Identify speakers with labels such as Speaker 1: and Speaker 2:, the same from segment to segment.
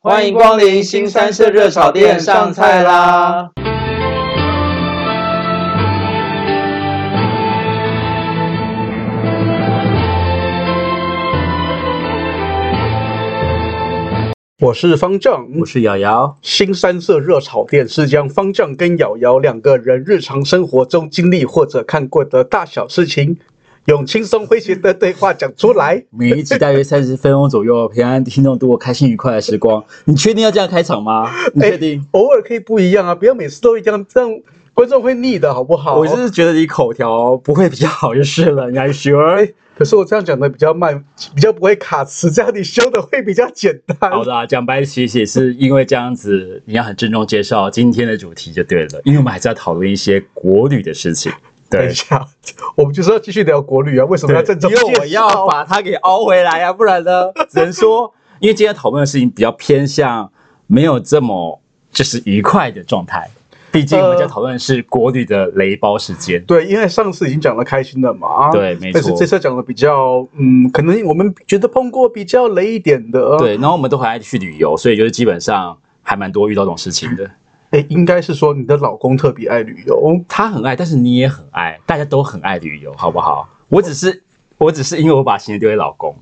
Speaker 1: 欢迎光临新三色热炒店，上菜啦！
Speaker 2: 我是方丈，
Speaker 3: 我是瑶瑶。
Speaker 2: 新三色热炒店是将方丈跟瑶瑶两个人日常生活中经历或者看过的大小事情，用轻松诙谐的对话讲出来。
Speaker 3: 每一集大约三十分钟左右，陪伴听众度过开心愉快的时光。你确定要这样开场吗？你确定？
Speaker 2: 哎偶尔可以不一样啊，不要每次都一样，这样观众会腻的好不好？
Speaker 3: 我就是觉得你口条不会比较好就是了。你还学？
Speaker 2: 可是我这样讲的比较慢，比较不会卡词，这样你修的会比较简单。
Speaker 3: 好啦，讲白其实也是因为这样子，你要很郑重介绍今天的主题就对了，因为我们还是要讨论一些国旅的事情。
Speaker 2: 等一
Speaker 3: 对，
Speaker 2: 下，我们就是要继续聊国旅啊，为什么要郑重
Speaker 3: 因
Speaker 2: 介绍？
Speaker 3: 为我要把它给凹回来啊，不然呢，只能说， 因为今天讨论的事情比较偏向没有这么就是愉快的状态，毕竟我们在讨论的是国旅的雷包时间。
Speaker 2: 对，因为上次已经讲的开心了嘛，
Speaker 3: 对没
Speaker 2: 但是
Speaker 3: 错
Speaker 2: 这次讲的比较，嗯，可能我们觉得碰过比较雷一点的，，
Speaker 3: 对，然后我们都很爱去旅游，所以就是基本上还蛮多遇到这种事情的。
Speaker 2: 哎，应该是说你的老公特别爱旅游，
Speaker 3: 他很爱，但是你也很爱，大家都很爱旅游，好不好？我只是我只是因为我把行李丢给老公，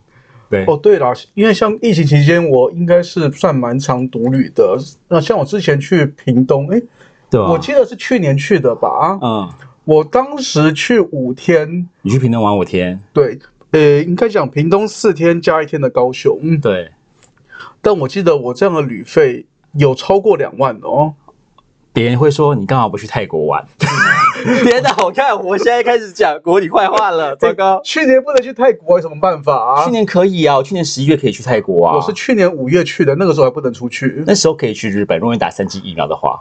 Speaker 3: 对，
Speaker 2: 哦，对了，因为像疫情期间，我应该是算蛮常独旅的，那像我之前去屏东，哎，
Speaker 3: 对吧？啊
Speaker 2: 我记得是去年去的吧，
Speaker 3: 嗯，
Speaker 2: 我当时去五天，
Speaker 3: 你去屏东玩五天，
Speaker 2: 对。呃，应该讲屏东四天加一天的高雄，嗯，
Speaker 3: 对，
Speaker 2: 但我记得我这样的旅费有超过两万哦。
Speaker 3: 别人会说你干嘛不去泰国玩？ 天哪，我看我现在开始讲国语坏话 了，糟糕！
Speaker 2: 去年不能去泰国，有什么办法啊？
Speaker 3: 去年可以啊，我去年十一月可以去泰国啊，
Speaker 2: 我是去年五月去的，那个时候还不能出去。
Speaker 3: 那时候可以去日本，如果你打三剂疫苗的话，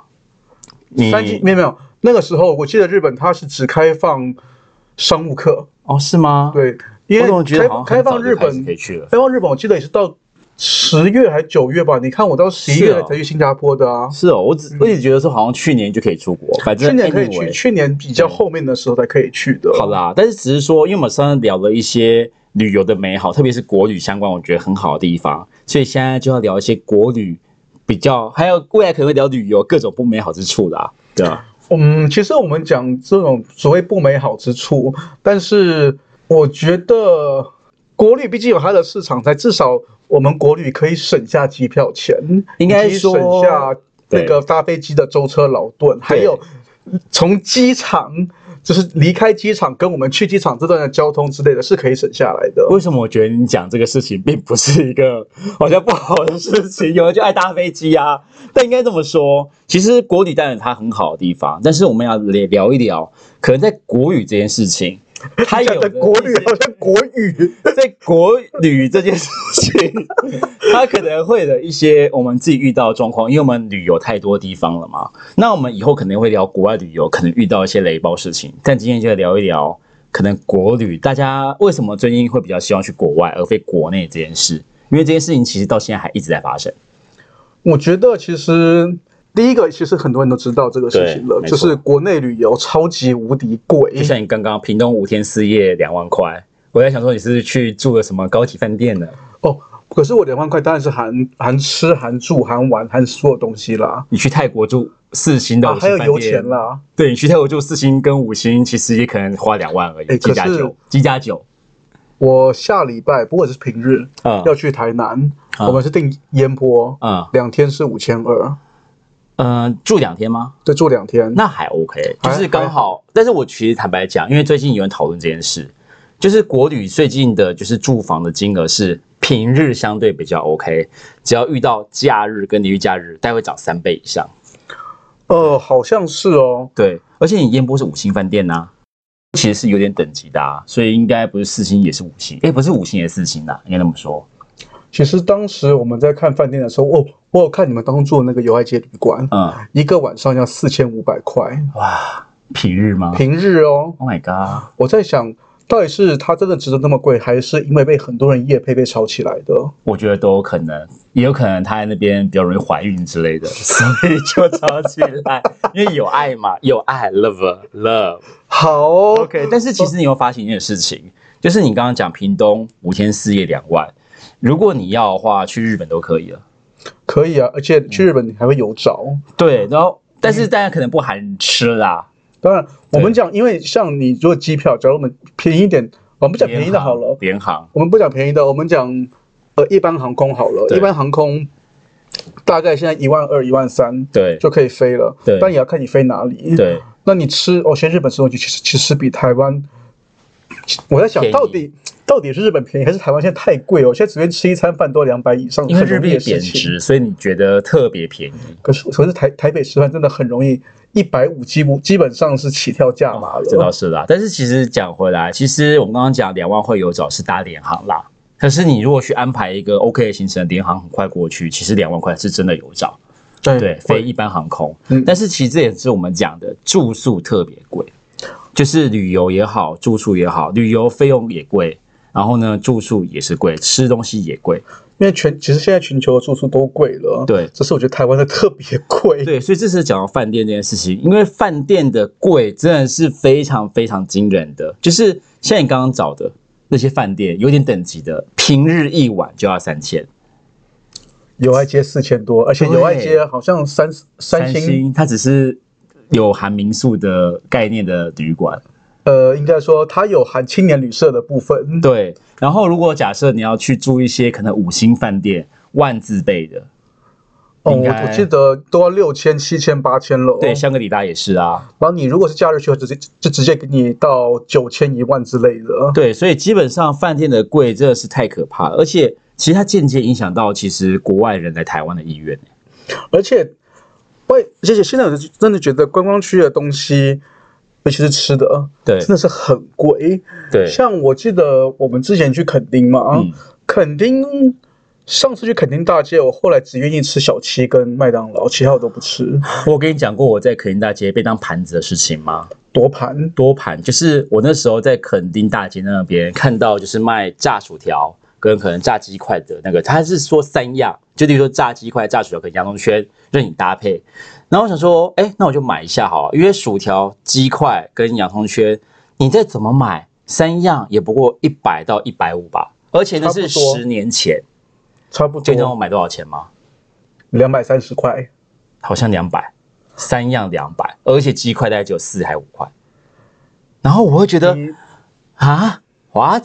Speaker 3: 你
Speaker 2: 三级没有没有，那个时候我记得日本它是只开放商务客，
Speaker 3: 哦是吗？，
Speaker 2: 对，因
Speaker 3: 我怎
Speaker 2: 为
Speaker 3: 么觉得
Speaker 2: 开
Speaker 3: 好像
Speaker 2: 开
Speaker 3: 很早
Speaker 2: 放
Speaker 3: 就
Speaker 2: 日
Speaker 3: 开始
Speaker 2: 本
Speaker 3: 可以去了
Speaker 2: 开？放日本，我记得也是到十月还九月吧。你看我到十一
Speaker 3: 是
Speaker 2: 月
Speaker 3: 哦
Speaker 2: 才去新加坡的啊，
Speaker 3: 是哦，我只我一直觉得说好像去年就可以出国，反正
Speaker 2: 去年可以
Speaker 3: 啊 anyway
Speaker 2: 去，去年比较后面的时候才可以去的。
Speaker 3: 好啦，但是只是说，因为我们上次聊了一些旅游的美好，特别是国旅相关，我觉得很好的地方，所以现在就要聊一些国旅比较，还有未来可能会聊旅游各种不美好之处啦。对啊，
Speaker 2: 嗯，其实我们讲这种所谓不美好之处，但是我觉得国旅毕竟有它的市场在，至少我们国旅可以省下机票钱，
Speaker 3: 应该
Speaker 2: 以及省
Speaker 3: 说
Speaker 2: 下那
Speaker 3: 对
Speaker 2: 个搭飞机的舟车劳顿，还
Speaker 3: 对
Speaker 2: 有从机场就是离开机场跟我们去机场这段的交通之类的，是可以省下来的。
Speaker 3: 为什么我觉得你讲这个事情并不是一个好像不好的事情？有人就爱搭飞机啊，但应该这么说，其实国旅当然有它很好的地方，但是我们要聊聊一聊，可能在国语这件事情，它有
Speaker 2: 讲的国旅好像国语，
Speaker 3: 在国旅这件事情，它可能会有一些我们自己遇到的状况，因为我们旅游太多地方了嘛。那我们以后可能会聊国外旅游，可能遇到一些雷包事情，但今天就来聊一聊可能国旅，大家为什么最近会比较希望去国外而非国内这件事？因为这件事情其实到现在还一直在发生。
Speaker 2: 我觉得其实第一个，其实很多人都知道这个事
Speaker 3: 对
Speaker 2: 情了，
Speaker 3: 没
Speaker 2: 就
Speaker 3: 错
Speaker 2: 是国内旅游超级无敌贵，
Speaker 3: 就像你刚刚屏东五天四夜两万块，我在想说你是去住了什么高级饭店呢？
Speaker 2: 哦，可是我两万块当然是含含吃、含住、含玩、含所有东西啦，
Speaker 3: 你去泰国住四星的
Speaker 2: 啊，
Speaker 3: 五星
Speaker 2: 还有
Speaker 3: 饭
Speaker 2: 油
Speaker 3: 店
Speaker 2: 钱啦。
Speaker 3: 对你去泰国住四星跟五星，其实也可能花两万而
Speaker 2: 哎
Speaker 3: 已，机加
Speaker 2: 可是
Speaker 3: 酒，机加酒，
Speaker 2: 我下礼拜不过是平日、
Speaker 3: 嗯
Speaker 2: 要去台南，
Speaker 3: 嗯
Speaker 2: 我们是订烟波，
Speaker 3: 嗯
Speaker 2: 两天是五千二，
Speaker 3: 呃，住两天吗？
Speaker 2: 对，住两天。
Speaker 3: 那还 OK，
Speaker 2: 还
Speaker 3: 就是刚好。但是我其实坦白讲，因为最近有人讨论这件事，就是国旅最近的就是住房的金额是平日相对比较 OK，只要遇到假日跟连续假日，大概会涨三倍以上。
Speaker 2: 呃，好像是哦，
Speaker 3: 对，而且你烟波是五星饭店呐、其实是有点等级的、啊，所以应该不是四星也是五星，哎，不是五星也是四星呐、应该那么说。
Speaker 2: 其实当时我们在看饭店的时候，哦，我有看你们当中住的那个友爱街旅馆，
Speaker 3: 嗯，
Speaker 2: 一个晚上要四千五百块，
Speaker 3: 哇，平日吗
Speaker 2: 平日哦。
Speaker 3: ？Oh my god！
Speaker 2: 我在想，到底是它真的值得那么贵，还是因为被很多人夜配被炒起来的？
Speaker 3: 我觉得都有可能，也有可能她在那边比较容易怀孕之类 的，所以就吵起来，因为有爱嘛， 有爱，love love。
Speaker 2: 好
Speaker 3: OK，但是其实你有发现一件事
Speaker 2: 哦
Speaker 3: 情，就是你刚刚讲屏东五天四夜两万，如果你要的话，去日本都可以了。
Speaker 2: 可以啊，而且去
Speaker 3: 嗯
Speaker 2: 日本你还会有找。
Speaker 3: 对，然后但是大家可能不含吃啦，
Speaker 2: 当然，我们讲，因为像你如果机票，假如我们便宜一点，哦我们不讲便宜的好了，
Speaker 3: 联航
Speaker 2: 我们不讲便宜的，我们讲呃一般航空好了，
Speaker 3: 对
Speaker 2: 一般航空大概现在一万二、一万三
Speaker 3: 对
Speaker 2: 就可以飞了，
Speaker 3: 对
Speaker 2: 但也要看你飞哪里。，
Speaker 3: 对
Speaker 2: 那你吃，哦，先日本吃东西，其实其实比台湾，我在想
Speaker 3: 便宜
Speaker 2: 到底到底是日本便宜还是台湾现在太贵哦？现在随便吃一餐饭都两百以上，
Speaker 3: 因为
Speaker 2: 很容
Speaker 3: 日
Speaker 2: 易
Speaker 3: 币
Speaker 2: 的事
Speaker 3: 贬
Speaker 2: 情。
Speaker 3: 值，所以你觉得特别便宜，
Speaker 2: 可是可是台台北吃饭真的很容易，一百五基本基本上是起跳价码了。
Speaker 3: 哦这倒是啦。但是其实讲回来，其实我们刚刚讲两万会有找是搭联航啦，可是你如果去安排一个 OK 的行程，联航很快过去，其实两万块是真的有找。
Speaker 2: 嗯对
Speaker 3: 对，飞一般航空。
Speaker 2: 嗯
Speaker 3: 但是其实这也是我们讲的住宿特别贵，就是旅游也好，住宿也好，旅游费用也贵，然后呢住宿也是贵，吃东西也贵。
Speaker 2: 因为全其实现在全球的住宿都贵了，
Speaker 3: 对
Speaker 2: 只是我觉得台湾的特别贵。
Speaker 3: 对，所以这是讲到饭店这件事情，因为饭店的贵真的是非常非常惊人的，就是像你刚刚找的那些饭店，有点等级的，平日一晚就要三千。
Speaker 2: 友爱街四千多，而且
Speaker 3: 对
Speaker 2: 友爱街好像三三
Speaker 3: 三
Speaker 2: 星，
Speaker 3: 星它只是有含民宿的概念的旅馆。
Speaker 2: 呃，应该说它有含青年旅社的部分。
Speaker 3: 对，然后如果假设你要去住一些可能五星饭店、万字辈的，
Speaker 2: 哦，
Speaker 3: 应
Speaker 2: 我
Speaker 3: 该
Speaker 2: 我记得都要六千、七千、八千了。
Speaker 3: 对，香格里拉也是啊，
Speaker 2: 然后你如果是假日去，直接就直接给你到九千、一万之类的。
Speaker 3: 对，所以基本上饭店的贵真的是太可怕了，而且其实它间接影响到其实国外人来台湾的意愿。
Speaker 2: 而且外，而且现在我就真的觉得观光区的东西，尤其是吃的，
Speaker 3: 对
Speaker 2: 真的是很贵。
Speaker 3: 对
Speaker 2: 像我记得我们之前去垦丁嘛，
Speaker 3: 嗯
Speaker 2: 垦丁上次去垦丁大街，我后来只愿意吃小七跟麦当劳，其他我都不吃。
Speaker 3: 我跟你讲过我在垦丁大街被当盘子的事情吗？
Speaker 2: 夺盘，
Speaker 3: 多盘，就是我那时候在垦丁大街那边看到，就是卖炸薯条跟可能炸鸡块的那个，他是说三样，就例如说炸鸡块、炸薯条跟洋葱圈任你搭配。然后我想说，哎、那我就买一下好了，因为薯条、鸡块跟洋葱圈，你再怎么买三样也不过一百到一百五吧，而且那是
Speaker 2: 差不多
Speaker 3: 十年前，
Speaker 2: 差不
Speaker 3: 就你知道我
Speaker 2: 多
Speaker 3: 买多少钱吗？
Speaker 2: 两百三十块。
Speaker 3: 好像两百，三样两百，而且鸡块大概只有四还五块。然后我会觉得
Speaker 2: 你
Speaker 3: 啊，what？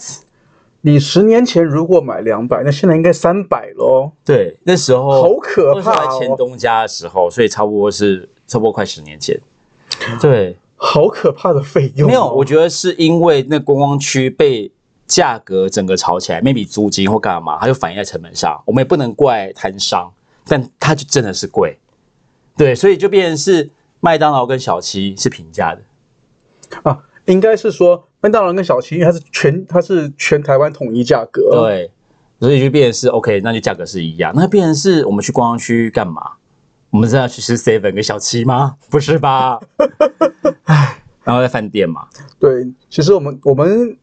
Speaker 2: 你十年前如果买两百，那现在应该三百喽，
Speaker 3: 对，那时候
Speaker 2: 好可怕哦
Speaker 3: 那时候在前东家的时候，所以差不多是差不多快十年前。对，
Speaker 2: 好可怕的费用哦。
Speaker 3: 没有，我觉得是因为那观光区被价格整个炒起来，maybe 租金或干嘛，它就反映在成本上。我们也不能怪摊商，但它就真的是贵。对，所以就变成是麦当劳跟小七是平价的。
Speaker 2: 啊，应该是说麦当劳跟小七，因为它是全它是全台湾统一价格。，
Speaker 3: 对，所以就变成是 OK，那就价格是一样。那变成是我们去观光区干嘛？我们是要去吃 seven 跟小七吗？ 不是吧？唉，然后在饭店嘛，
Speaker 2: 对，其实我们我们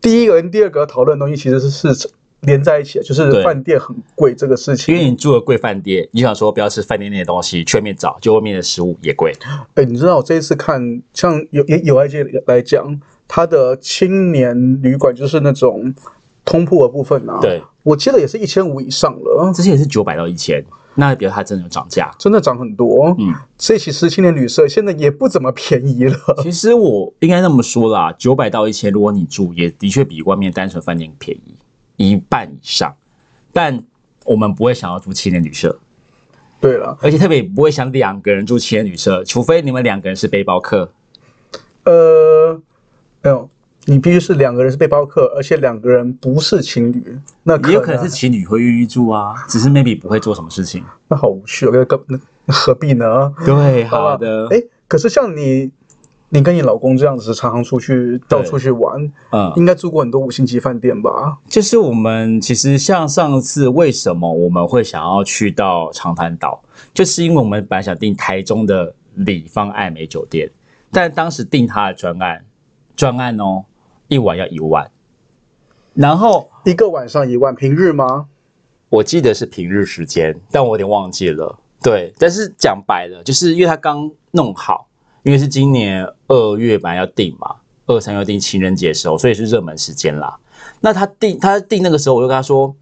Speaker 2: 第一个跟第二个要讨论的东西其实是是连在一起的，就是
Speaker 3: 对
Speaker 2: 饭店很贵这个事
Speaker 3: 因
Speaker 2: 情。
Speaker 3: 为你住了贵饭店，你想说不要吃饭店内的东西，去外面找，就外面的食物也贵。
Speaker 2: 哎，你知道我这一次看，像有也有 I G 来讲，它的青年旅馆就是那种通铺的部分啊，
Speaker 3: 对，
Speaker 2: 我记得也是一千五以上了，
Speaker 3: 这些也是九百到一千，那比如它真的有涨价。
Speaker 2: 真的涨很多。
Speaker 3: 嗯，
Speaker 2: 所以其实青年旅社现在也不怎么便宜了。
Speaker 3: 其实我应该这么说啦，九百到一千，如果你住，也的确比外面单纯饭店便宜一半以上，但我们不会想要住青年旅社。
Speaker 2: 对了，
Speaker 3: 而且特别不会想两个人住青年旅社，除非你们两个人是背包客。
Speaker 2: 呃，没有，你必须是两个人是背包客，而且两个人不是情侣，那
Speaker 3: 也有
Speaker 2: 可
Speaker 3: 可能是情侣会愿意住啊，只是 maybe 不会做什么事情。
Speaker 2: 那好无趣哦，那根那那何必呢？
Speaker 3: 对，
Speaker 2: 吧
Speaker 3: 好啊的，
Speaker 2: 哎，可是像你，你跟你老公这样子，常常出去到
Speaker 3: 对
Speaker 2: 处去玩，
Speaker 3: 嗯，
Speaker 2: 应该住过很多五星级饭店吧？
Speaker 3: 就是我们其实像上次为什么我们会想要去到长滩岛，就是因为我们本来想订台中的里方爱美酒店，但当时订它的专案，专案哦，一晚要一万，然后
Speaker 2: 一个晚上一万，平日吗？
Speaker 3: 我记得是平日时间，但我有点忘记了。对，但是讲白了，就是因为他刚弄好，因为是今年二月本来要定嘛，二三要定情人节的时候，所以是热门时间啦。那他定他定那个时候，我就跟他说，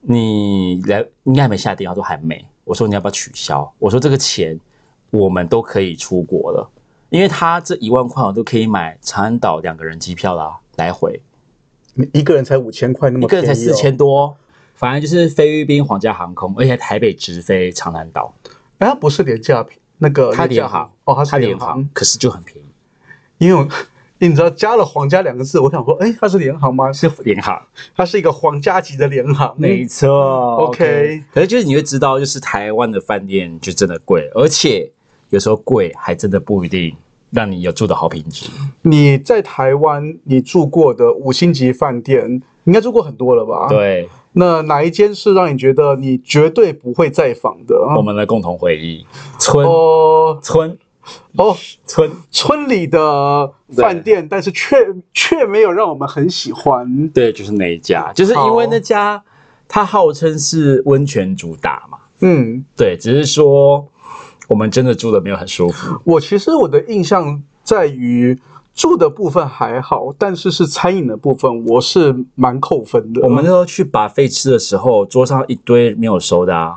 Speaker 3: 你来应该还没下定，他说还没。我说你要不要取消？我说这个钱我们都可以出国了，因为他这一万块我都可以买长安岛两个人机票啦，来回
Speaker 2: 你一个人才五千块，那
Speaker 3: 一
Speaker 2: 么
Speaker 3: 个
Speaker 2: 便宜、
Speaker 3: 人
Speaker 2: 哦，
Speaker 3: 才四千多。反正就是菲律宾皇家航空，而且台北直飞长安岛，
Speaker 2: 哎，它不是廉价品，那个
Speaker 3: 它
Speaker 2: 廉
Speaker 3: 联
Speaker 2: 价
Speaker 3: 航
Speaker 2: 哦，它是
Speaker 3: 它
Speaker 2: 联
Speaker 3: 联
Speaker 2: 航
Speaker 3: 航，，可是就很便宜，
Speaker 2: 因为我 因为你知道加了“皇家”两个字，我想说，哎，它是联航吗？
Speaker 3: 是联航。
Speaker 2: 它是一个皇家级的联航，
Speaker 3: 没错
Speaker 2: 嗯，OK
Speaker 3: 可是就是你会知道，就是台湾的饭店就真的贵，而且有时候贵还真的不一定让你有住的好品质。
Speaker 2: 你在台湾你住过的五星级饭店，应该住过很多了吧？。
Speaker 3: 对，
Speaker 2: 那哪一间是让你觉得你绝对不会再访的？
Speaker 3: 我们的共同回忆，村
Speaker 2: 啊哦
Speaker 3: 村
Speaker 2: 哦，
Speaker 3: 村，
Speaker 2: 村里的饭店，但是却却没有让我们很喜欢。
Speaker 3: 对，就是那一家，就是因为那家它号称是温泉主打嘛，
Speaker 2: 嗯，
Speaker 3: 对，只是说我们真的住的没有很舒服。
Speaker 2: 我其实我的印象在于住的部分还好，但是是餐饮的部分我是蛮扣分的。
Speaker 3: 我们那时候去把费吃的时候，桌上一堆没有收的啊，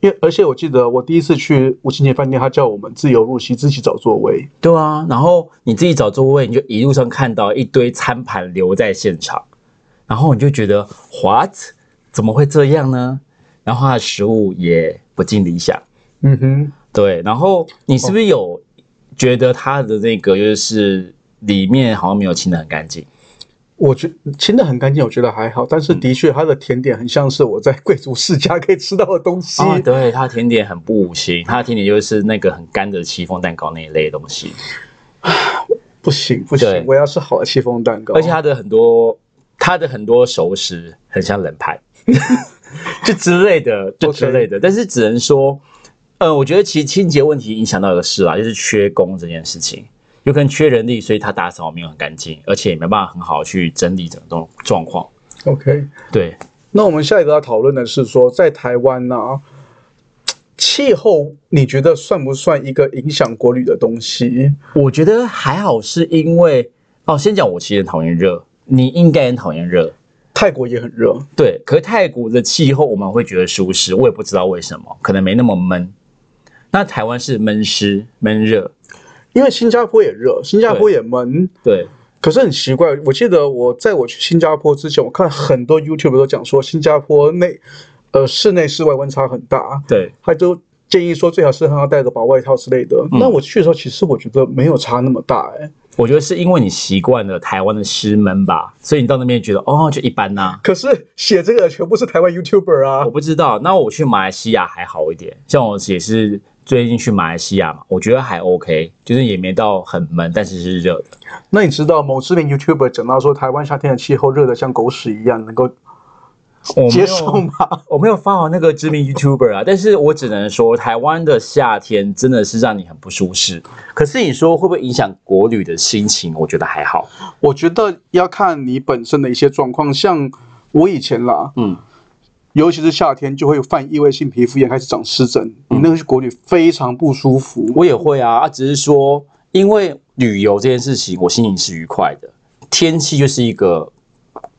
Speaker 2: 因为而且我记得我第一次去五星级饭店，他叫我们自由入席，自己找座位。
Speaker 3: 对啊，然后你自己找座位，你就一路上看到一堆餐盘留在现场，然后你就觉得 what 怎么会这样呢？然后它的食物也不尽理想，
Speaker 2: 嗯哼，
Speaker 3: 对。然后你是不是有觉得它的那个就是里面好像没有清的很干净？
Speaker 2: 我觉清的很干净，我觉得还好，但是的
Speaker 3: 嗯
Speaker 2: 确它的甜点很像是我在贵族世家可以吃到的东西。
Speaker 3: 啊，对，它的甜点很不五星，它的甜点就是那个很干的戚风蛋糕那一类的东西，
Speaker 2: 不行不行
Speaker 3: 对，
Speaker 2: 我要吃好的戚风蛋糕。
Speaker 3: 而且它的很多它的很多熟食很像冷盘， 就之类的，就
Speaker 2: OK
Speaker 3: 之类的。但是只能说，呃，我觉得其实清洁问题影响到一个事啊，就是缺工这件事情，有可能缺人力，所以它打扫没有很干净，而且也没办法很好去整理整个状状况。
Speaker 2: OK，
Speaker 3: 对，
Speaker 2: 那我们下一个要讨论的是说，在台湾呢、气候你觉得算不算一个影响国旅的东西？
Speaker 3: 我觉得还好，是因为哦，先讲我其实很讨厌热，你应该很讨厌热。
Speaker 2: 泰国也很热，
Speaker 3: 对，可是泰国的气候我们会觉得舒适，我也不知道为什么，可能没那么闷。那台湾是闷湿闷热，
Speaker 2: 因为新加坡也热，新加坡也闷。
Speaker 3: 对，
Speaker 2: 可是很奇怪，我记得我在我去新加坡之前，我看很多 YouTube 都讲说新加坡内，呃，室内室外温差很大，
Speaker 3: 对，
Speaker 2: 他就建议说最好是还要带个薄外套之类的。那我去的时候，其实我觉得没有差那么大、哎。
Speaker 3: 我觉得是因为你习惯了台湾的湿闷吧，所以你到那边觉得哦就一般呐、
Speaker 2: 可是写这个的全部是台湾 YouTuber 啊
Speaker 3: 我，不知道，那我去马来西亚还好一点，像我也是最近去马来西亚嘛，我觉得还 OK，就是也没到很闷，但是是热的。
Speaker 2: 那你知道某知名 YouTuber 讲到说台湾夏天的气候热得像狗屎一样，能够
Speaker 3: 我没有
Speaker 2: 接受吗？
Speaker 3: 我没有发好那个知名 YouTuber 啊，但是我只能说，台湾的夏天真的是让你很不舒适。可是你说会不会影响国旅的心情？我觉得还好。
Speaker 2: 我觉得要看你本身的一些状况，像我以前啦，
Speaker 3: 嗯，
Speaker 2: 尤其是夏天就会犯异位性皮肤炎，开始长湿疹，你那个去国旅非常不舒服。
Speaker 3: 我也会啊，啊只是说，因为旅游这件事情，我心情是愉快的，天气就是一个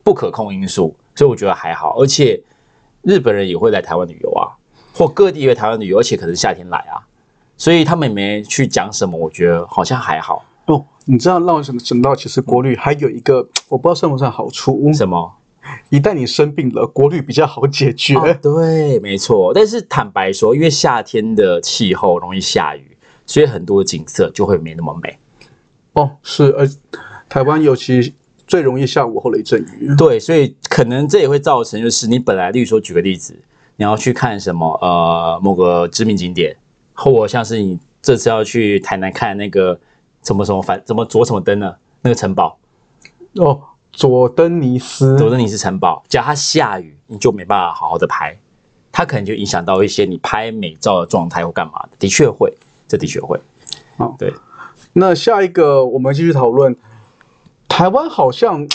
Speaker 3: 不可控因素，所以我觉得还好。而且日本人也会来台湾旅游啊，或各地来台湾旅游，而且可能夏天来啊，所以他们也没去讲什么，我觉得好像还好。
Speaker 2: 哦，你知道让我想想到，其实国旅还有一个我不知道算不算好处，
Speaker 3: 什么？
Speaker 2: 一旦你生病了，国旅比较好解决。
Speaker 3: 哦对，没错。但是坦白说，因为夏天的气候容易下雨，所以很多景色就会没那么美。
Speaker 2: 哦，是，而台湾尤其最容易下午后雷阵雨。
Speaker 3: 对，所以可能这也会造成，就是你本来，例如说举个例子，你要去看什么呃某个知名景点，或者像是你这次要去台南看那个什么什么反怎么左什么灯呢？那个城堡，
Speaker 2: 哦，佐登尼斯，
Speaker 3: 左灯你是城堡，只要它下雨，你就没办法好好的拍，它可能就影响到一些你拍美照的状态或干嘛的，的确会，这的确会。
Speaker 2: 好
Speaker 3: 对。
Speaker 2: 那下一个我们继续讨论，台湾好像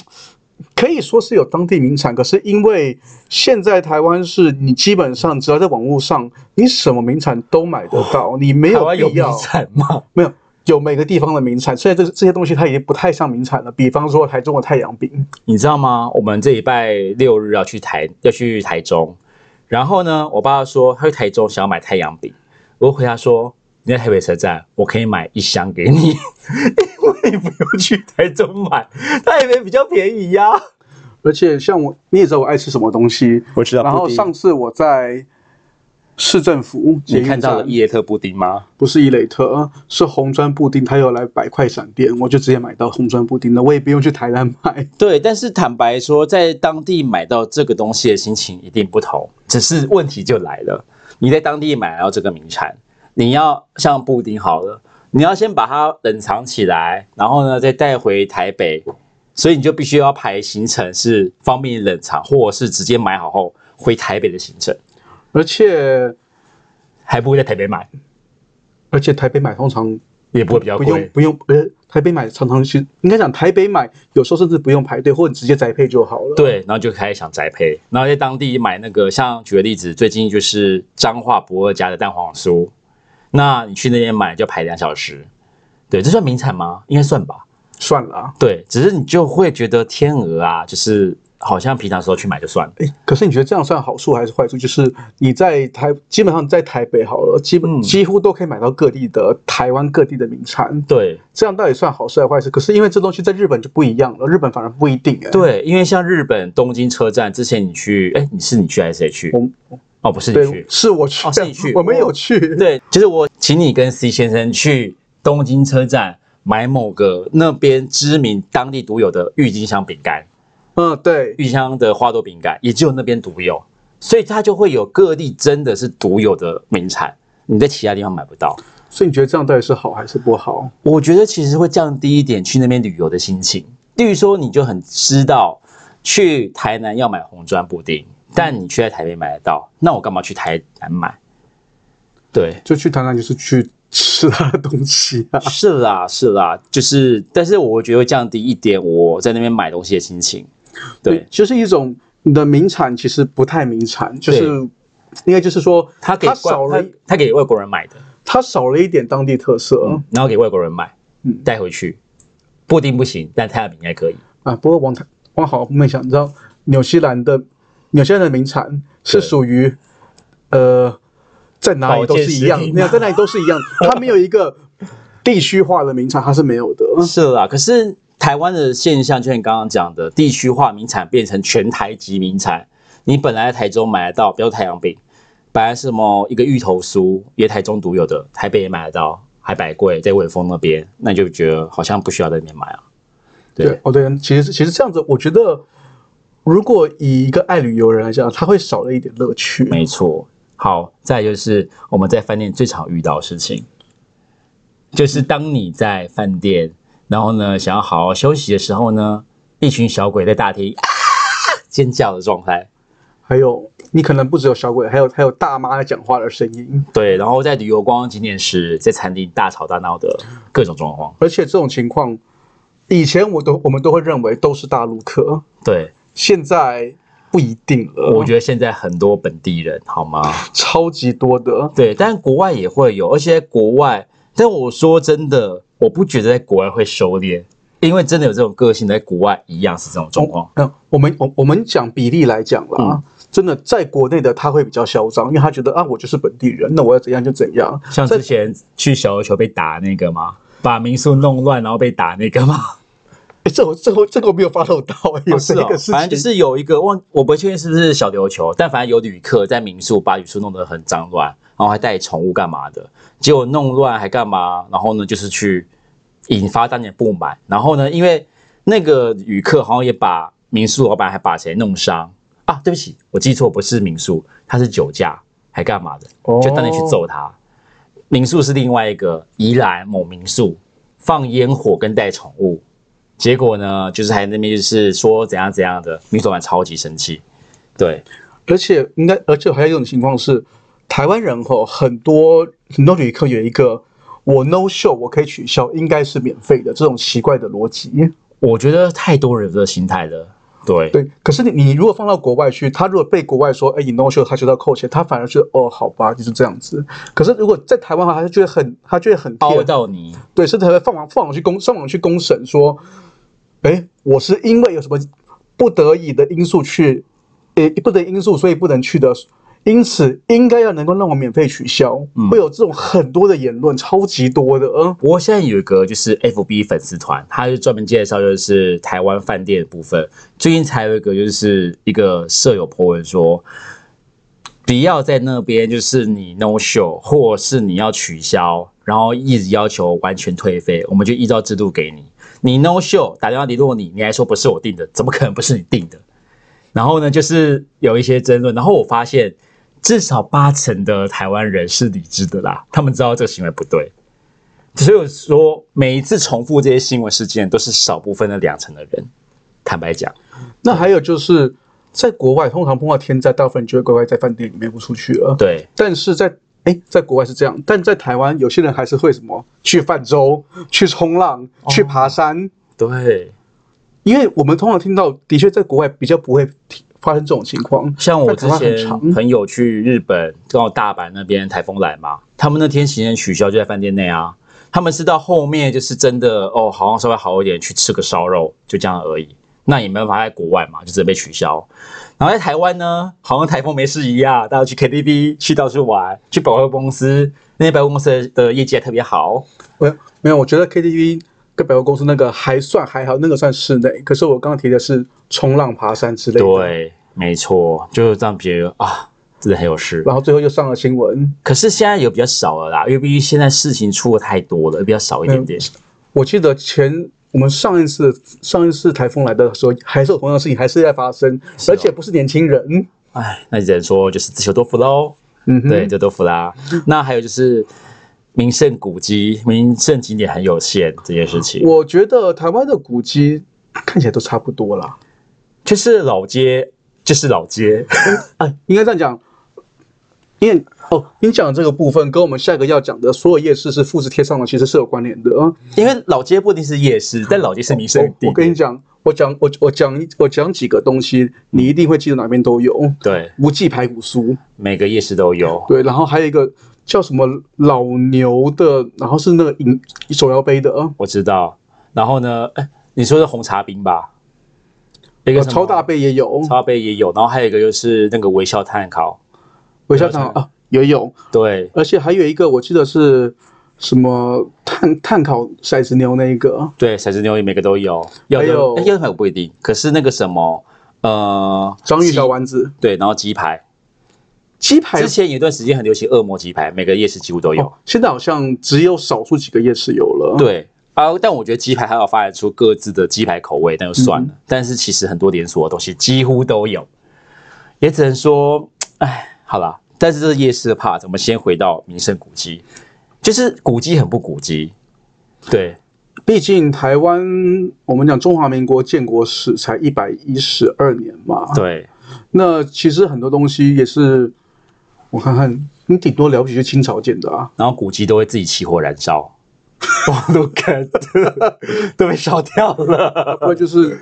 Speaker 2: 可以说是有当地名产，可是因为现在台湾是你基本上只要在网络上，你什么名产都买得到，你没
Speaker 3: 哦台
Speaker 2: 有
Speaker 3: 湾有
Speaker 2: 必
Speaker 3: 遗
Speaker 2: 要
Speaker 3: 产吗？
Speaker 2: 没有。有每个地方的名产，所以这这些东西它已经不太像名产了。比方说台中的太阳饼，
Speaker 3: 你知道吗？我们这礼拜六日要去台要去台中，然后呢，我爸说他去台中想要买太阳饼，我就回答说你在台北车站，我可以买一箱给你， 因为你不用去台中买，台北比较便宜呀、
Speaker 2: 而且像我，你也知道我爱吃什么东西。
Speaker 3: 我知道
Speaker 2: 然后
Speaker 3: 布丁
Speaker 2: 上次我在市政府捷
Speaker 3: 你
Speaker 2: 运
Speaker 3: 看到了
Speaker 2: 站，
Speaker 3: 伊耶特布丁吗？
Speaker 2: 不是伊雷特，啊是红砖布丁，他有来百块闪电，我就直接买到红砖布丁了，我也不用去台南买。
Speaker 3: 对，但是坦白说，在当地买到这个东西的心情一定不同。只是问题就来了，你在当地买到这个名产，你要像布丁好了，你要先把它冷藏起来，然后呢再带回台北，所以你就必须要排行程是方便你冷藏，或者是直接买好后回台北的行程，
Speaker 2: 而且
Speaker 3: 还不会在台北买，
Speaker 2: 而且台北买通常
Speaker 3: 也不会比较
Speaker 2: 不用
Speaker 3: 贵。
Speaker 2: 不用，呃，台北买常常去，应该讲台北买有时候甚至不用排队，或者直接宅配就好了。，
Speaker 3: 对，然后就开始想宅配，然后在当地买那个，像举个例子，最近就是彰化博二家的蛋黄酥，那你去那边买就排两小时，对，这算名产吗？应该算吧。
Speaker 2: 算了啊。
Speaker 3: 对，只是你就会觉得天鹅啊，就是好像平常时候去买就算了。
Speaker 2: 哎，可是你觉得这样算好处还是坏处？就是你在台基本上在台北好了，基本、
Speaker 3: 嗯
Speaker 2: 几乎都可以买到各地的台湾各地的名产，
Speaker 3: 对
Speaker 2: 这样到底算好事还是坏事？可是因为这东西在日本就不一样了，日本反而不一定哎、，
Speaker 3: 对，因为像日本东京车站之前你去，哎，你是你去还是谁去？
Speaker 2: 我
Speaker 3: 哦，不是你
Speaker 2: 对
Speaker 3: 去，
Speaker 2: 是我去，
Speaker 3: 哦是你去
Speaker 2: 我们有去，
Speaker 3: 对，就是我请你跟 C 先生去东京车站买某个那边知名当地独有的郁金香饼干。
Speaker 2: 嗯，对，
Speaker 3: 玉香的花朵饼干也只有那边独有，所以它就会有各地真的是独有的名产，你在其他地方买不到。
Speaker 2: 所以你觉得这样到底是好还是不好？
Speaker 3: 我觉得其实会降低一点去那边旅游的心情。例如说，你就很知道去台南要买红砖布丁，但你却在台北买得到，那我干嘛去台南买？对，
Speaker 2: 就去台南就是去吃他的东西啊，
Speaker 3: 是啦是啦，就是，但是我觉得会降低一点我在那边买东西的心情。 对，，
Speaker 2: 就是一种你的名产其实不太名产，就是
Speaker 3: 对
Speaker 2: 应该就是说
Speaker 3: 他给
Speaker 2: 它
Speaker 3: 外
Speaker 2: 少了
Speaker 3: 他他给外国人买的，
Speaker 2: 它少了一点当地特色。
Speaker 3: 然后给外国人买
Speaker 2: 嗯，
Speaker 3: 带回去。布丁不行，但太阳饼应该可以。
Speaker 2: 啊，不过往台往好后面想，你知道纽西兰的纽西兰的名产是
Speaker 3: 对
Speaker 2: 属于呃，在哪里都是一样
Speaker 3: 保健食，品
Speaker 2: 没有在哪里都是一样，它没有一个地区化的名产，它是没 有的。
Speaker 3: 是啦，可是台湾的现象，就像你刚刚讲的，地区化名产变成全台级名产。你本来在台中买得到，比如太阳饼，本来是什么一个芋头酥，也台中独有的，台北也买得到，还百贵在伟丰那边，那你就觉得好像不需要在那边买啊。对，
Speaker 2: 哦对，其实其实这样子，我觉得如果以一个爱旅游人来讲，他会少了一点乐趣。
Speaker 3: 没错。好，再来就是我们在饭店最常遇到的事情，就是当你在饭店，然后呢想要好好休息的时候呢，一群小鬼在大厅啊尖叫的状态。
Speaker 2: 还有，你可能不只有小鬼，还有还有大妈在讲话的声音，
Speaker 3: 对，然后在旅游观光景点时，在餐厅大吵大闹的各种状况。
Speaker 2: 而且这种情况，以前我都我们都会认为都是大陆客，
Speaker 3: 对，
Speaker 2: 现在不一定了。
Speaker 3: 我觉得现在很多本地人，好吗？
Speaker 2: 超级多的，
Speaker 3: 对，但国外也会有，而且在国外，但我说真的，我不觉得在国外会收敛，因为真的有这种个性，在国外一样是这种状况。嗯
Speaker 2: 嗯，我们我我们讲比例来讲啦，真的在国内的他会比较嚣张，因为他觉得啊，我就是本地人，那我要怎样就怎样。
Speaker 3: 像之前去小琉球被打那个吗？把民宿弄乱然后被打那个吗？
Speaker 2: 诶这我这我这个我没有发漏到， 有这个事情，
Speaker 3: 反正哦就是有一个忘，我不确定是不是小琉球，但反正有旅客在民宿把旅宿弄得很脏乱，然后还带宠物干嘛的，结果弄乱还干嘛？然后呢，就是去引发当地的不满。然后呢，因为那个旅客好像也把民宿老板还把谁弄伤啊？对不起，我记错，不是民宿，他是酒驾还干嘛的？就当你去
Speaker 2: 哦
Speaker 3: 揍他。民宿是另外一个宜兰某民宿放烟火跟带宠物，结果呢，就是还那边就是说怎样怎样的，女主管超级生气。对，
Speaker 2: 而且应该，而且还有一种情况是，台湾人吼很多很多旅客有一个我 no show 我可以取消，应该是免费的这种奇怪的逻辑。
Speaker 3: 我觉得太多人有这个心态了。对，
Speaker 2: 对，可是你你如果放到国外去，他如果被国外说，哎，你 no show，他就要扣钱，他反而觉得哦，好吧，就是这样子。可是如果在台湾的话，他就觉得很，他觉得很
Speaker 3: 凹
Speaker 2: 贴，
Speaker 3: 到你，
Speaker 2: 对，甚至还会放网放网去公上网去公审说，哎，我是因为有什么不得已的因素去，呃，不得已因素所以不能去的，因此应该要能够让我免费取消，会有这种很多的言论，超级多的，嗯，
Speaker 3: 不过现在有一个就是 FB 粉丝团，它是专门介绍就是台湾饭店的部分。最近才有一个就是一个舍友 po 文说，不要在那边就是你 no show 或是你要取消，然后一直要求完全退费，我们就依照制度给你。你 no show 打电话联络你，你还说不是我定的，怎么可能不是你定的？然后呢，就是有一些争论，然后我发现至少八成的台湾人是理智的啦，他们知道这个行为不对。所以我说，每一次重复这些新闻事件，都是少部分的两成的人。坦白讲，
Speaker 2: 那还有就是，在国外通常碰到天灾，大部分人就会乖乖在饭店里面不出去了。
Speaker 3: 对，
Speaker 2: 但是在哎，在国外是这样，但在台湾有些人还是会什么去泛舟、去冲浪、去爬山，
Speaker 3: 对，
Speaker 2: 因为我们通常听到，的确在国外比较不会提发生这种情况。
Speaker 3: 像我
Speaker 2: 但
Speaker 3: 之
Speaker 2: 台湾很
Speaker 3: 前
Speaker 2: 长
Speaker 3: 朋友去日本到大阪那边台风来嘛，他们那天行程取消就在饭店内啊，他们是到后面就是真的哦，好像稍微好一点去吃个烧肉，就这样而已。那也没办法在国外嘛，就直接被取消。然后在台湾呢，好像台风没事一样，大家去 KTV 去到处玩，去百货公司，那些百货公司的业绩还特别好。
Speaker 2: 我没有，我觉得 KTV 跟百货公司那个还算还好，那个算室内。可是我刚刚提的是冲浪、爬山之类的。。
Speaker 3: 对，没错，就是让别人啊，真的很有事。
Speaker 2: 然后最后又上了新闻。
Speaker 3: 可是现在有比较少了啦，因为毕竟现在事情出的太多了，比较少一点点。
Speaker 2: 我记得前我们上一次上一次台风来的时候，还是有同样的事情还是在发生，
Speaker 3: 哦
Speaker 2: 而且不是年轻人。
Speaker 3: 哎，那只能说就是自求多福喽。
Speaker 2: 嗯哼，
Speaker 3: 对，就多福啦。那还有就是名胜古迹、名胜景点很有限这件事情，
Speaker 2: 我觉得台湾的古迹看起来都差不多啦，
Speaker 3: 就是老街，就是老 街。哎
Speaker 2: 应该这样讲。因为哦，你讲的这个部分跟我们下一个要讲的所有夜市是复制贴上的，其实是有关联的啊。
Speaker 3: 因为老街不一定是夜市，但老街是名胜
Speaker 2: 我
Speaker 3: 地。
Speaker 2: 我跟你讲，我讲我我讲我讲几个东西，你一定会记得哪边都有。
Speaker 3: 对，
Speaker 2: 无记排骨酥，
Speaker 3: 每个夜市都有。
Speaker 2: 对，然后还有一个叫什么老牛的，然后是那个饮手摇杯的啊，
Speaker 3: 我知道。然后呢，哎，你说是红茶冰吧？一个什么
Speaker 2: 哦超大杯也有，
Speaker 3: 哦超大杯也有，然后还有一个就是那个微笑碳烤。
Speaker 2: 微笑糖啊也有，
Speaker 3: 对，
Speaker 2: 而且还有一个我记得是什么碳碳烤骰子牛那一个，哦
Speaker 3: 对，骰子牛也每个都有，要
Speaker 2: 还有
Speaker 3: 的哎要的不一定，可是那个什么，呃，
Speaker 2: 章鱼
Speaker 3: 鸡
Speaker 2: 小丸子，
Speaker 3: 对，然后鸡排，
Speaker 2: 鸡排
Speaker 3: 之前有一段时间很流行恶魔鸡排，每个夜市几乎都有。
Speaker 2: 哦，现在好像只有少数几个夜市有了。，
Speaker 3: 对啊，但我觉得鸡排还有发展出各自的鸡排口味，那就算
Speaker 2: 嗯
Speaker 3: 了。但是其实很多连锁的东西几乎都有，也只能说，哎，好啦。但是这是夜市的 part，我们先回到名胜古迹，就是古迹很不古迹，对，
Speaker 2: 毕竟台湾我们讲中华民国建国史才一百一十二年嘛，
Speaker 3: 对，
Speaker 2: 那其实很多东西也是，我看看，你顶多了不起就清朝建的啊。
Speaker 3: 然后古迹都会自己起火燃 烧，网路 杆哦都被烧掉了。
Speaker 2: 那就是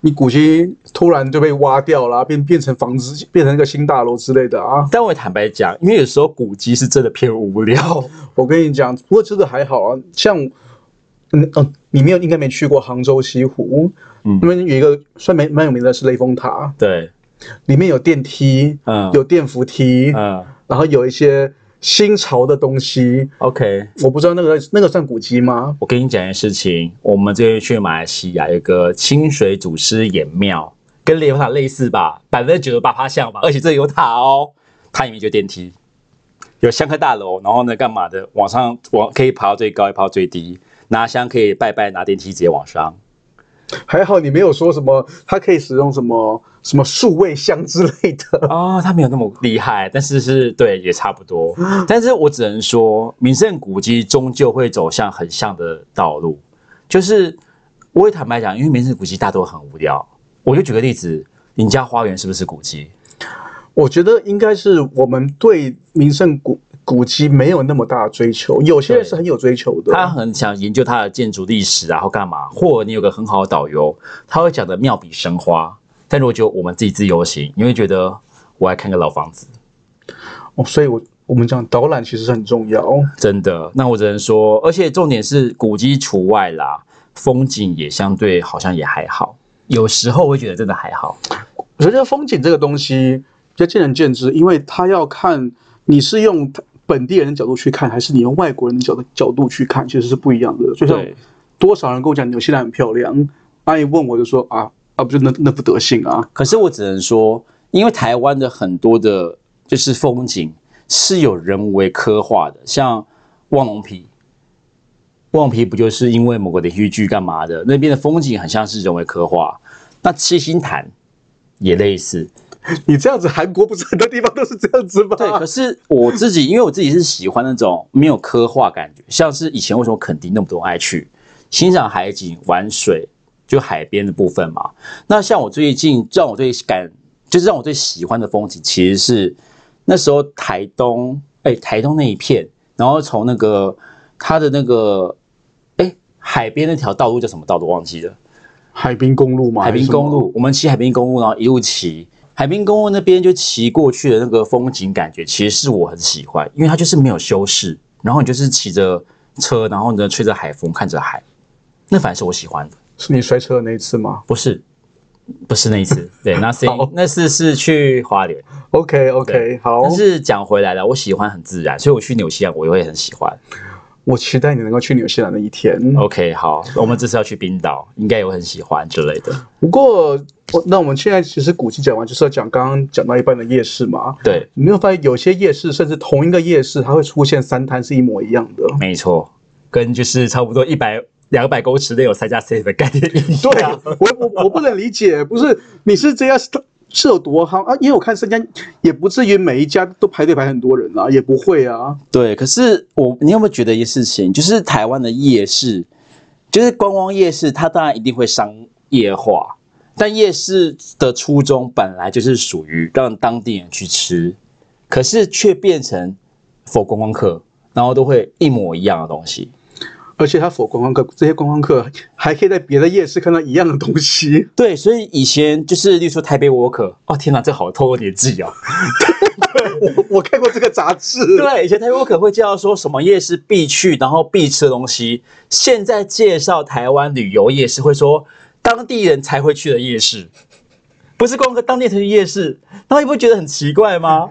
Speaker 2: 你古迹突然就被挖掉了啊、变变成房子，变成一个新大楼之类的啊。
Speaker 3: 但我坦白讲，因为有时候古迹是真的偏无聊，
Speaker 2: 我跟你讲，不过这个还好啊，像。嗯哦，你没有应该没去过杭州西湖，
Speaker 3: 嗯
Speaker 2: 那边有一个算蛮蛮有名的是雷峰塔，
Speaker 3: 对，
Speaker 2: 里面有电梯，
Speaker 3: 嗯
Speaker 2: 有电扶梯，
Speaker 3: 嗯
Speaker 2: 然后有一些新潮的东西，
Speaker 3: ，OK。
Speaker 2: 我不知道那个那个算古迹吗？
Speaker 3: 我跟你讲一件事情，我们这边去马来西亚有个清水祖师爷庙，跟莲花塔类似吧，百分之九十八趴像吧，而且这里有塔哦，它里面就有电梯，有香客大楼，然后呢干嘛的，往上往可以爬到最高，也爬到最低，拿香可以拜拜，拿电梯直接往上。
Speaker 2: 还好你没有说什么，它可以使用什么什么数位箱之类的。
Speaker 3: 哦，他没有那么厉害，但是是对，也差不多。但是我只能说，名胜古迹终究会走向很像的道路。就是我也坦白讲，因为名胜古迹大多很无聊。我就举个例子，你家花园是不是古迹？
Speaker 2: 我觉得应该是我们对名胜古古迹没有那么大的追求，有些人
Speaker 3: 对
Speaker 2: 是很有追求的。
Speaker 3: 他很想研究它的建筑历史啊，然后干嘛？或者你有个很好的导游，他会讲的妙笔生花。但如果就我们自己自由行，你会觉得我来看个老房子。
Speaker 2: 哦，所以我我们讲导览其实很重要。
Speaker 3: 真的，那我只能说，而且重点是古迹除外啦，风景也相对好像也还好，有时候会觉得真的还好。
Speaker 2: 我觉得风景这个东西，比较见仁见智，因为他要看你是用本地人的角度去看，还是你用外国人的角度角度去看，其实是不一样的。就像
Speaker 4: 对，
Speaker 2: 多少人跟我讲纽西兰很漂亮，那一问我就说啊啊，不就那那副德行啊？
Speaker 3: 可是我只能说，因为台湾的很多的，就是风景是有人为刻画的，像望龙皮，望龙皮不就是因为某个连续剧干嘛的，那边的风景很像是人为刻画。那七星潭也类似，
Speaker 2: 你这样子，韩国不是很多地方都是这样子吗？
Speaker 3: 对。可是我自己，因为我自己是喜欢那种没有刻画感觉，像是以前为什么垦丁那么多人爱去欣赏海景、玩水，就海边的部分嘛。那像我最近让我最感，就是让我最喜欢的风景，其实是那时候台东，哎、台东那一片，然后从那个它的那个，哎、海边那条道路叫什么道路忘记了。
Speaker 2: 海滨公路嘛，
Speaker 3: 海滨公
Speaker 2: 哦还是什么，
Speaker 3: 路，我们骑海滨公路，然后一路骑海滨公路那边就骑过去的那个风景感觉，其实是我很喜欢，因为它就是没有修饰，然后你就是骑着车，然后呢吹着海风，看着海，那反而是我喜欢的，
Speaker 2: 是你摔车的那一次吗
Speaker 3: 不是。不是那 一次，对，那是
Speaker 2: 好
Speaker 3: 那次是去花莲。
Speaker 2: ？OK OK，好，
Speaker 3: 但是讲回来了，我喜欢很自然，所以我去纽西兰我也会很喜欢。
Speaker 2: 我期待你能够去纽西兰的一天。
Speaker 3: OK，好，我们这次要去冰岛，应该也会很喜欢之类的。
Speaker 2: 不过，我那我们现在其实古迹讲完，就是要讲刚刚讲到一半的夜市嘛。
Speaker 3: 对，
Speaker 2: 你没有发现有些夜市，甚至同一个夜市，它会出现三摊是一模一样的。
Speaker 3: 没错，跟就是差不多一百两百公尺内有三 家 C 的概念啊一样。
Speaker 2: 对，啊我我我不能理解，不是你是这家是是有多夯啊？因为我看三家也不至于每一家都排队排很多人啊，也不会啊。
Speaker 3: 对，可是我，你有没有觉得一件事情，就是台湾的夜市，就是观光夜市，它当然一定会商业化，但夜市的初衷本来就是属于让当地人去吃，可是却变成否观光客，然后都会一模一样的东西。
Speaker 2: 而且他否观光客，这些观光客还可以在别的夜市看到一样的东西。
Speaker 3: 对，所以以前就是，例如说台北 Walker，哦天哪，这好透露年纪啊！
Speaker 2: 我我看过这个杂志，
Speaker 3: 对，以前台湾可能会介绍说什么夜市必去，然后必吃的东西。现在介绍台湾旅游夜市，会说当地人才会去的夜市，不是光个当地人才去夜市，那你不觉得很奇怪吗？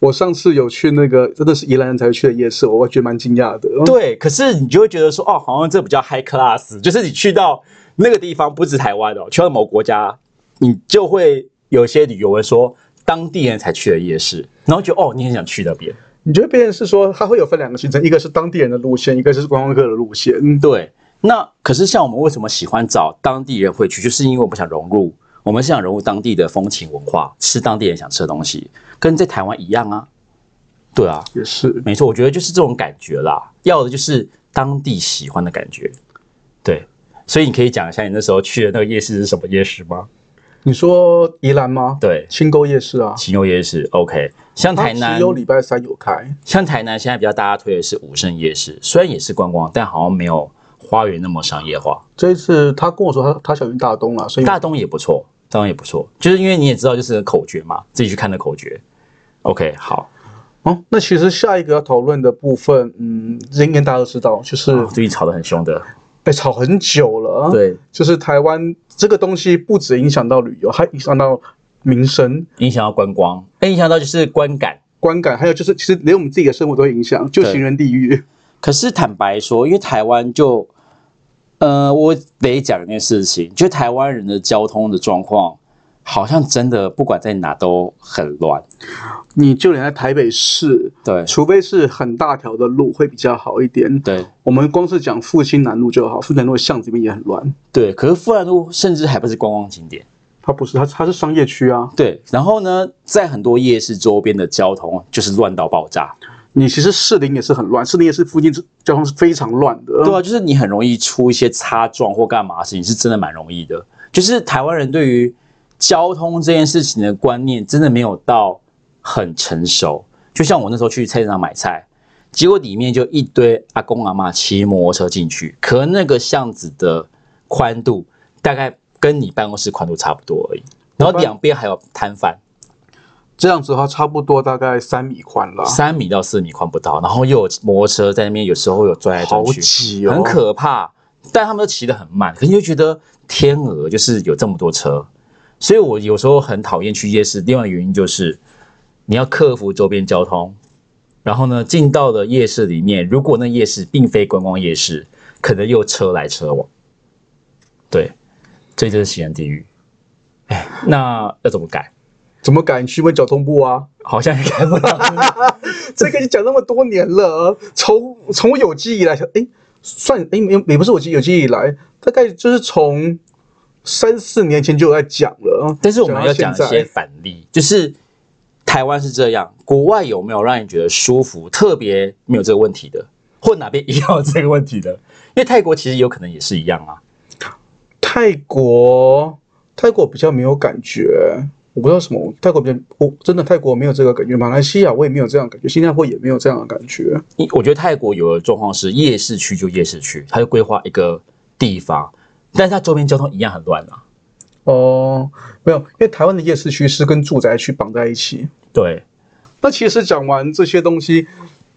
Speaker 2: 我上次有去那个真的是宜兰人才会去的夜市，我觉得蛮惊讶的。
Speaker 3: 对，可是你就会觉得说，哦，好像这比较 high class，就是你去到那个地方，不止台湾哦，去到某国家，你就会有些旅游文说当地人才去的夜市，然后觉得哦，你很想去那边。
Speaker 2: 你觉得别人是说它会有分两个行程，一个是当地人的路线，一个是观光客的路线。嗯，
Speaker 3: 对，那可是像我们为什么喜欢找当地人回去，就是因为我们想融入，我们是想融入当地的风情文化，吃当地人想吃的东西，跟在台湾一样啊。对啊，
Speaker 2: 也是。
Speaker 3: 没错，我觉得就是这种感觉啦，要的就是当地喜欢的感觉。对，所以你可以讲一下你那时候去的那个夜市是什么夜市吗？
Speaker 2: 你说宜兰吗？，
Speaker 3: 对，
Speaker 2: 清沟夜市啊，
Speaker 3: 秦牛夜市，OK。像台
Speaker 2: 它
Speaker 3: 南
Speaker 2: 只有礼拜三有开。
Speaker 3: 像台南现在比较大家推的是武圣夜市，虽然也是观光，但好像没有花园那么商业化。
Speaker 2: 这一次他跟我说他他想去大东了，所以
Speaker 3: 大东也不错，大东也不错，就是因为你也知道，就是口诀嘛，自己去看的口诀。OK，好，
Speaker 2: 哦，那其实下一个要讨论的部分，嗯，应该大家都知道，就是
Speaker 3: 我最近吵得很凶的，
Speaker 2: 被吵很久了。，
Speaker 3: 哦
Speaker 2: 啊
Speaker 3: 对，
Speaker 2: 就是台湾这个东西不止影响到旅游，还影响到民生、
Speaker 3: 影响到观光，哎，影响到就是观感。
Speaker 2: 观感，还有就是其实连我们自己的生活都会影响，就
Speaker 3: 对
Speaker 2: 行人地狱。
Speaker 3: 可是坦白说，因为台湾就，呃，我得讲一件事情，就台湾人的交通的状况，好像真的不管在哪都很乱。
Speaker 2: 你就连在台北市，
Speaker 3: 对，
Speaker 2: 除非是很大条的路会比较好一点。
Speaker 3: 对，
Speaker 2: 我们光是讲复兴南路就好，复兴南路的巷子里面也很乱。
Speaker 3: 对。可是富兰路甚至还不是观光景点。
Speaker 2: 它不是，它它是商业区啊。
Speaker 3: 对，然后呢，在很多夜市周边的交通就是乱到爆炸。
Speaker 2: 你其实士林也是很乱，士林也是附近交通是非常乱的。
Speaker 3: 对啊，就是你很容易出一些擦撞或干嘛的事情，是真的蛮容易的。就是台湾人对于交通这件事情的观念，真的没有到很成熟。就像我那时候去菜市场买菜，结果里面就一堆阿公阿嬷骑摩托车进去，可能那个巷子的宽度大概跟你办公室宽度差不多而已，然后两边还有摊贩，
Speaker 2: 这样子的话，差不多大概三米宽了，
Speaker 3: 三米到四米宽不到，然后又有摩托车在那边，有时候有钻来
Speaker 2: 好
Speaker 3: 钻去，
Speaker 2: 挤哦，
Speaker 3: 很可怕。但他们都骑得很慢，可是你就觉得天鹅就是有这么多车，所以我有时候很讨厌去夜市。另外一个原因就是你要克服周边交通，然后呢，进到了夜市里面，如果那夜市并非观光夜市，可能又车来车往，对，这就是行人地狱。哎，那要怎么改？
Speaker 2: 怎么敢去问交通部啊？
Speaker 3: 好像也改不了。
Speaker 2: 这个你讲那么多年了，从从我有记忆以来，哎，算哎没有也不是我记忆有记忆以来，大概就是从三四年前就有在讲了。
Speaker 5: 但是我们要讲一
Speaker 2: 到
Speaker 5: 些
Speaker 2: 现在
Speaker 5: 反例，就是台湾是这样，国外有没有让你觉得舒服、特别没有这个问题的，或哪边一样有这个问题的？ 因为泰国其实有可能也是一样啊。
Speaker 2: 泰国，泰国比较没有感觉，我不知道什么泰国比较，我真的泰国没有这个感觉，马来西亚我也没有这样的感觉，新加坡也没有这样的感觉。
Speaker 5: 因我觉得泰国有的状况是夜市区就夜市区，它就规划一个地方，但是它周边交通一样很乱啊。
Speaker 2: 哦，没有，因为台湾的夜市区是跟住宅区绑在一起。
Speaker 3: 对，
Speaker 2: 那其实讲完这些东西，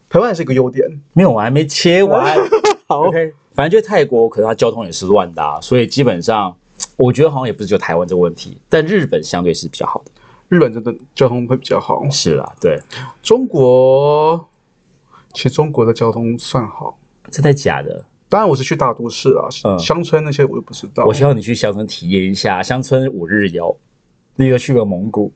Speaker 2: 台湾也是一个优点。
Speaker 3: 没有，我还没切完。
Speaker 2: 好
Speaker 3: OK，反正就泰国，可能它交通也是乱的、啊，所以基本上我觉得好像也不是就台湾这个问题，但日本相对是比较好的。
Speaker 2: 日本真的交通会比较好，
Speaker 3: 是啦，对，
Speaker 2: 中国其实中国的交通算好，
Speaker 3: 真的假的？
Speaker 2: 当然我是去大都市啊，
Speaker 3: 嗯
Speaker 2: 乡村那些我就不知道。
Speaker 3: 我希望你去乡村体验一下乡村五日游。你有去过蒙古，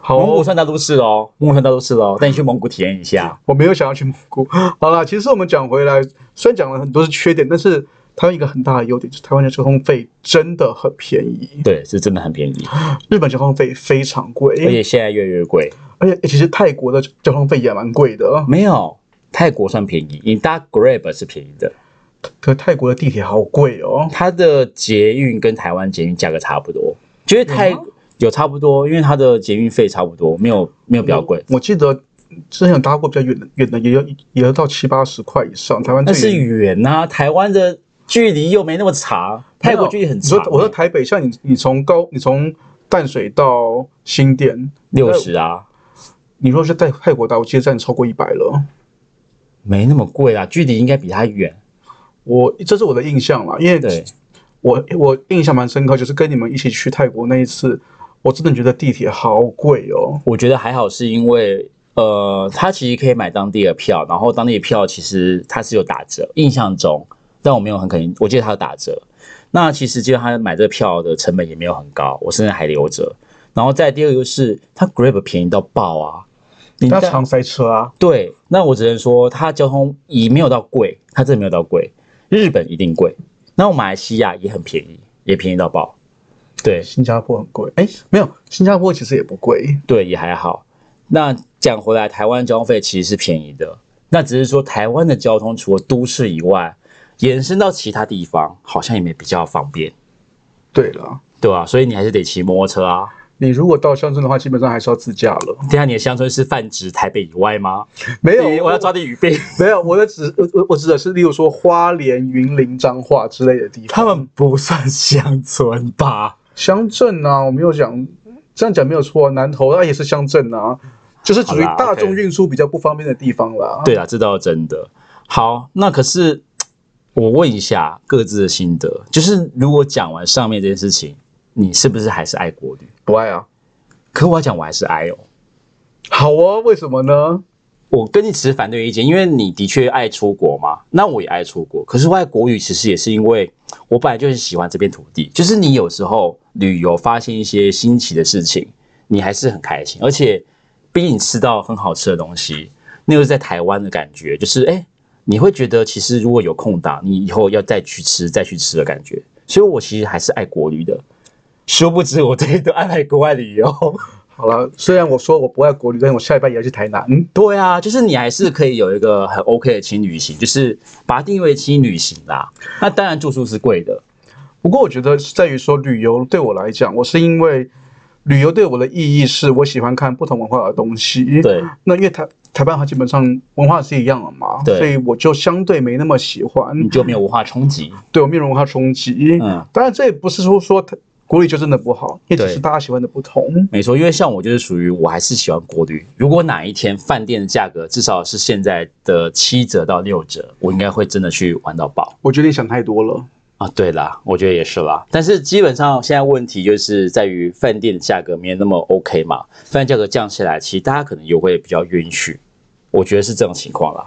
Speaker 2: 好
Speaker 3: 蒙古算大都市哦，蒙古算大都市哦，但你去蒙古体验一下。
Speaker 2: 我没有想要去蒙古。 好啦，其实我们讲回来，虽然讲了很多是缺点，但是台湾一个很大的优点就是台湾的交通费真的很便宜，
Speaker 3: 对，是真的很便宜，
Speaker 2: 日本交通费非常
Speaker 3: 而
Speaker 2: 贵，
Speaker 3: 且现在越来越贵。
Speaker 2: 而且其实泰国的交通费也蛮贵的，
Speaker 3: 没有，泰国算便宜，你搭 Grab 是便宜的，
Speaker 2: 可泰国的地铁好贵哦。
Speaker 3: 它的捷运跟台湾捷运价格差不多，就是泰
Speaker 2: 有吗
Speaker 3: 有差不多，因为它的捷运费差不多，没有没有比较贵。
Speaker 2: 我记得之前有搭过比较远的远的，也要也要到七八十块以上，台湾
Speaker 3: 但
Speaker 2: 最
Speaker 3: 是远呐、台湾的距离又没那么长，泰国距离很
Speaker 2: 你说
Speaker 3: 长、
Speaker 2: 我说台北，像你，你从高，你从淡水到新店，
Speaker 3: 六十啊，
Speaker 2: 你若是在泰国搭，我记得站超过一百了。
Speaker 3: 没那么贵啊，距离应该比它远。
Speaker 2: 我这是我的印象啦，因为
Speaker 3: 对，
Speaker 2: 我我印象蛮深刻，就是跟你们一起去泰国那一次，我真的觉得地铁好贵哦。
Speaker 3: 我觉得还好，是因为呃，它其实可以买当地的票，然后当地的票其实它是有打折，印象中，但我没有很肯定，我记得它有打折。那其实就他买这个票的成本也没有很高，我甚至还留着。然后再第二个就是它 Grab 便宜到爆啊！你
Speaker 2: 它
Speaker 3: 在
Speaker 2: 常塞车啊，
Speaker 3: 对，那我只能说它交通也没有到贵，它真的没有到贵。日本一定贵，那我马来西亚也很便宜，也便宜到爆。对
Speaker 2: 新加坡很贵，哎，没有，新加坡其实也不贵，
Speaker 3: 对，也还好。那讲回来，台湾交通费其实是便宜的，那只是说台湾的交通除了都市以外，延伸到其他地方好像也没比较方便，
Speaker 2: 对了。
Speaker 3: 对吧、所以你还是得骑摩托车啊。
Speaker 2: 你如果到乡村的话，基本上还是要自驾了。
Speaker 3: 等一下你的乡村是泛指台北以外吗？
Speaker 2: 没有
Speaker 3: 你，我要抓地语病。
Speaker 2: 没有，我的指我我我指的是，例如说花莲、云林、彰化之类的地方。
Speaker 3: 他们不算乡村吧？
Speaker 2: 乡镇啊，我没有讲，这样讲没有错啊。南投那也是乡镇啊，就是属于
Speaker 3: 好啦
Speaker 2: 大众
Speaker 3: OK
Speaker 2: 运输比较不方便的地方啦。
Speaker 3: 对啊，这倒是真的。好，那可是我问一下各自的心得，就是如果讲完上面这件事情，你是不是还是爱国旅？
Speaker 2: 不爱啊。
Speaker 3: 可我要讲，我还是爱哦。
Speaker 2: 好哦，为什么呢？
Speaker 5: 我跟你持反对意见，因为你的确爱出国嘛，那我也爱出国。可是我爱国语，其实也是因为我本来就很喜欢这片土地。就是你有时候旅游发现一些新奇的事情，你还是很开心。而且，毕竟你吃到很好吃的东西，那个是在台湾的感觉，就是哎、诶你会觉得其实如果有空档，你以后要再去吃、再去吃的感觉。所以我其实还是爱国旅的。殊不知我对都爱来国外旅游。
Speaker 2: 好了，虽然我说我不爱国旅，但我下一拜也要去台南。嗯
Speaker 3: 对啊，
Speaker 5: 啊，就是你还是可以有一个很 OK 的轻旅行，就是把它定位轻旅行啦。那当然住宿是贵的，
Speaker 2: 不过我觉得是在于说旅游对我来讲，我是因为旅游对我的意义是我喜欢看不同文化的东西。
Speaker 5: 对，
Speaker 2: 那因为台台湾它基本上文化是一样的嘛，
Speaker 5: 对
Speaker 2: 所以我就相对没那么喜欢。
Speaker 5: 你就没有文化冲击。
Speaker 2: 对我面容文化冲击。
Speaker 5: 嗯，
Speaker 2: 当然这也不是说说它国旅就真的不好，也只
Speaker 5: 对
Speaker 2: 是大家喜欢的不同。
Speaker 5: 没错，因为像我就是属于我还是喜欢国旅。如果哪一天饭店的价格至少是现在的七折到六折，我应该会真的去玩到爆
Speaker 2: 我觉得你想太多了。
Speaker 5: 啊，对啦，我觉得也是啦。但是基本上现在问题就是在于饭店的价格没有那么 OK 嘛，饭店价格降下来，其实大家可能又会比较愿意去，我觉得是这种情况啦。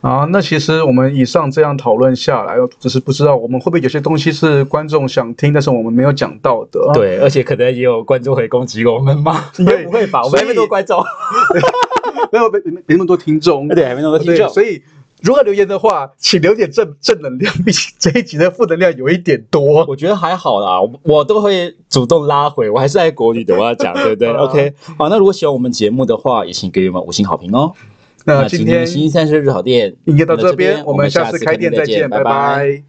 Speaker 2: 啊，那其实我们以上这样讨论下来，只是不知道我们会不会有些东西是观众想听，但是我们没有讲到的。，啊
Speaker 3: 对，而且可能也有观众会攻击我们嘛，应该不会吧？我
Speaker 2: 所以
Speaker 3: 们还没多观 众，
Speaker 2: 没有没没那么多听众。
Speaker 5: 对，还没那么听
Speaker 2: 对，
Speaker 5: 众，
Speaker 2: 所以如果留言的话，请留点正正能量，毕竟这一集的负能量有一点多。
Speaker 3: 我觉得还好啦，我我都会主动拉回，我还是爱国语的，我要讲，对 不对
Speaker 2: 好啊
Speaker 3: ？OK，好，那如果喜欢我们节目的话，也请给予我们五星好评哦。
Speaker 2: 那今
Speaker 3: 今天
Speaker 2: 天
Speaker 3: 的星期三是日好店，
Speaker 2: 营业到
Speaker 3: 我们
Speaker 2: 这边，我们下次
Speaker 3: 次
Speaker 2: 开店
Speaker 3: 再
Speaker 2: 再见，
Speaker 3: 拜
Speaker 2: 拜拜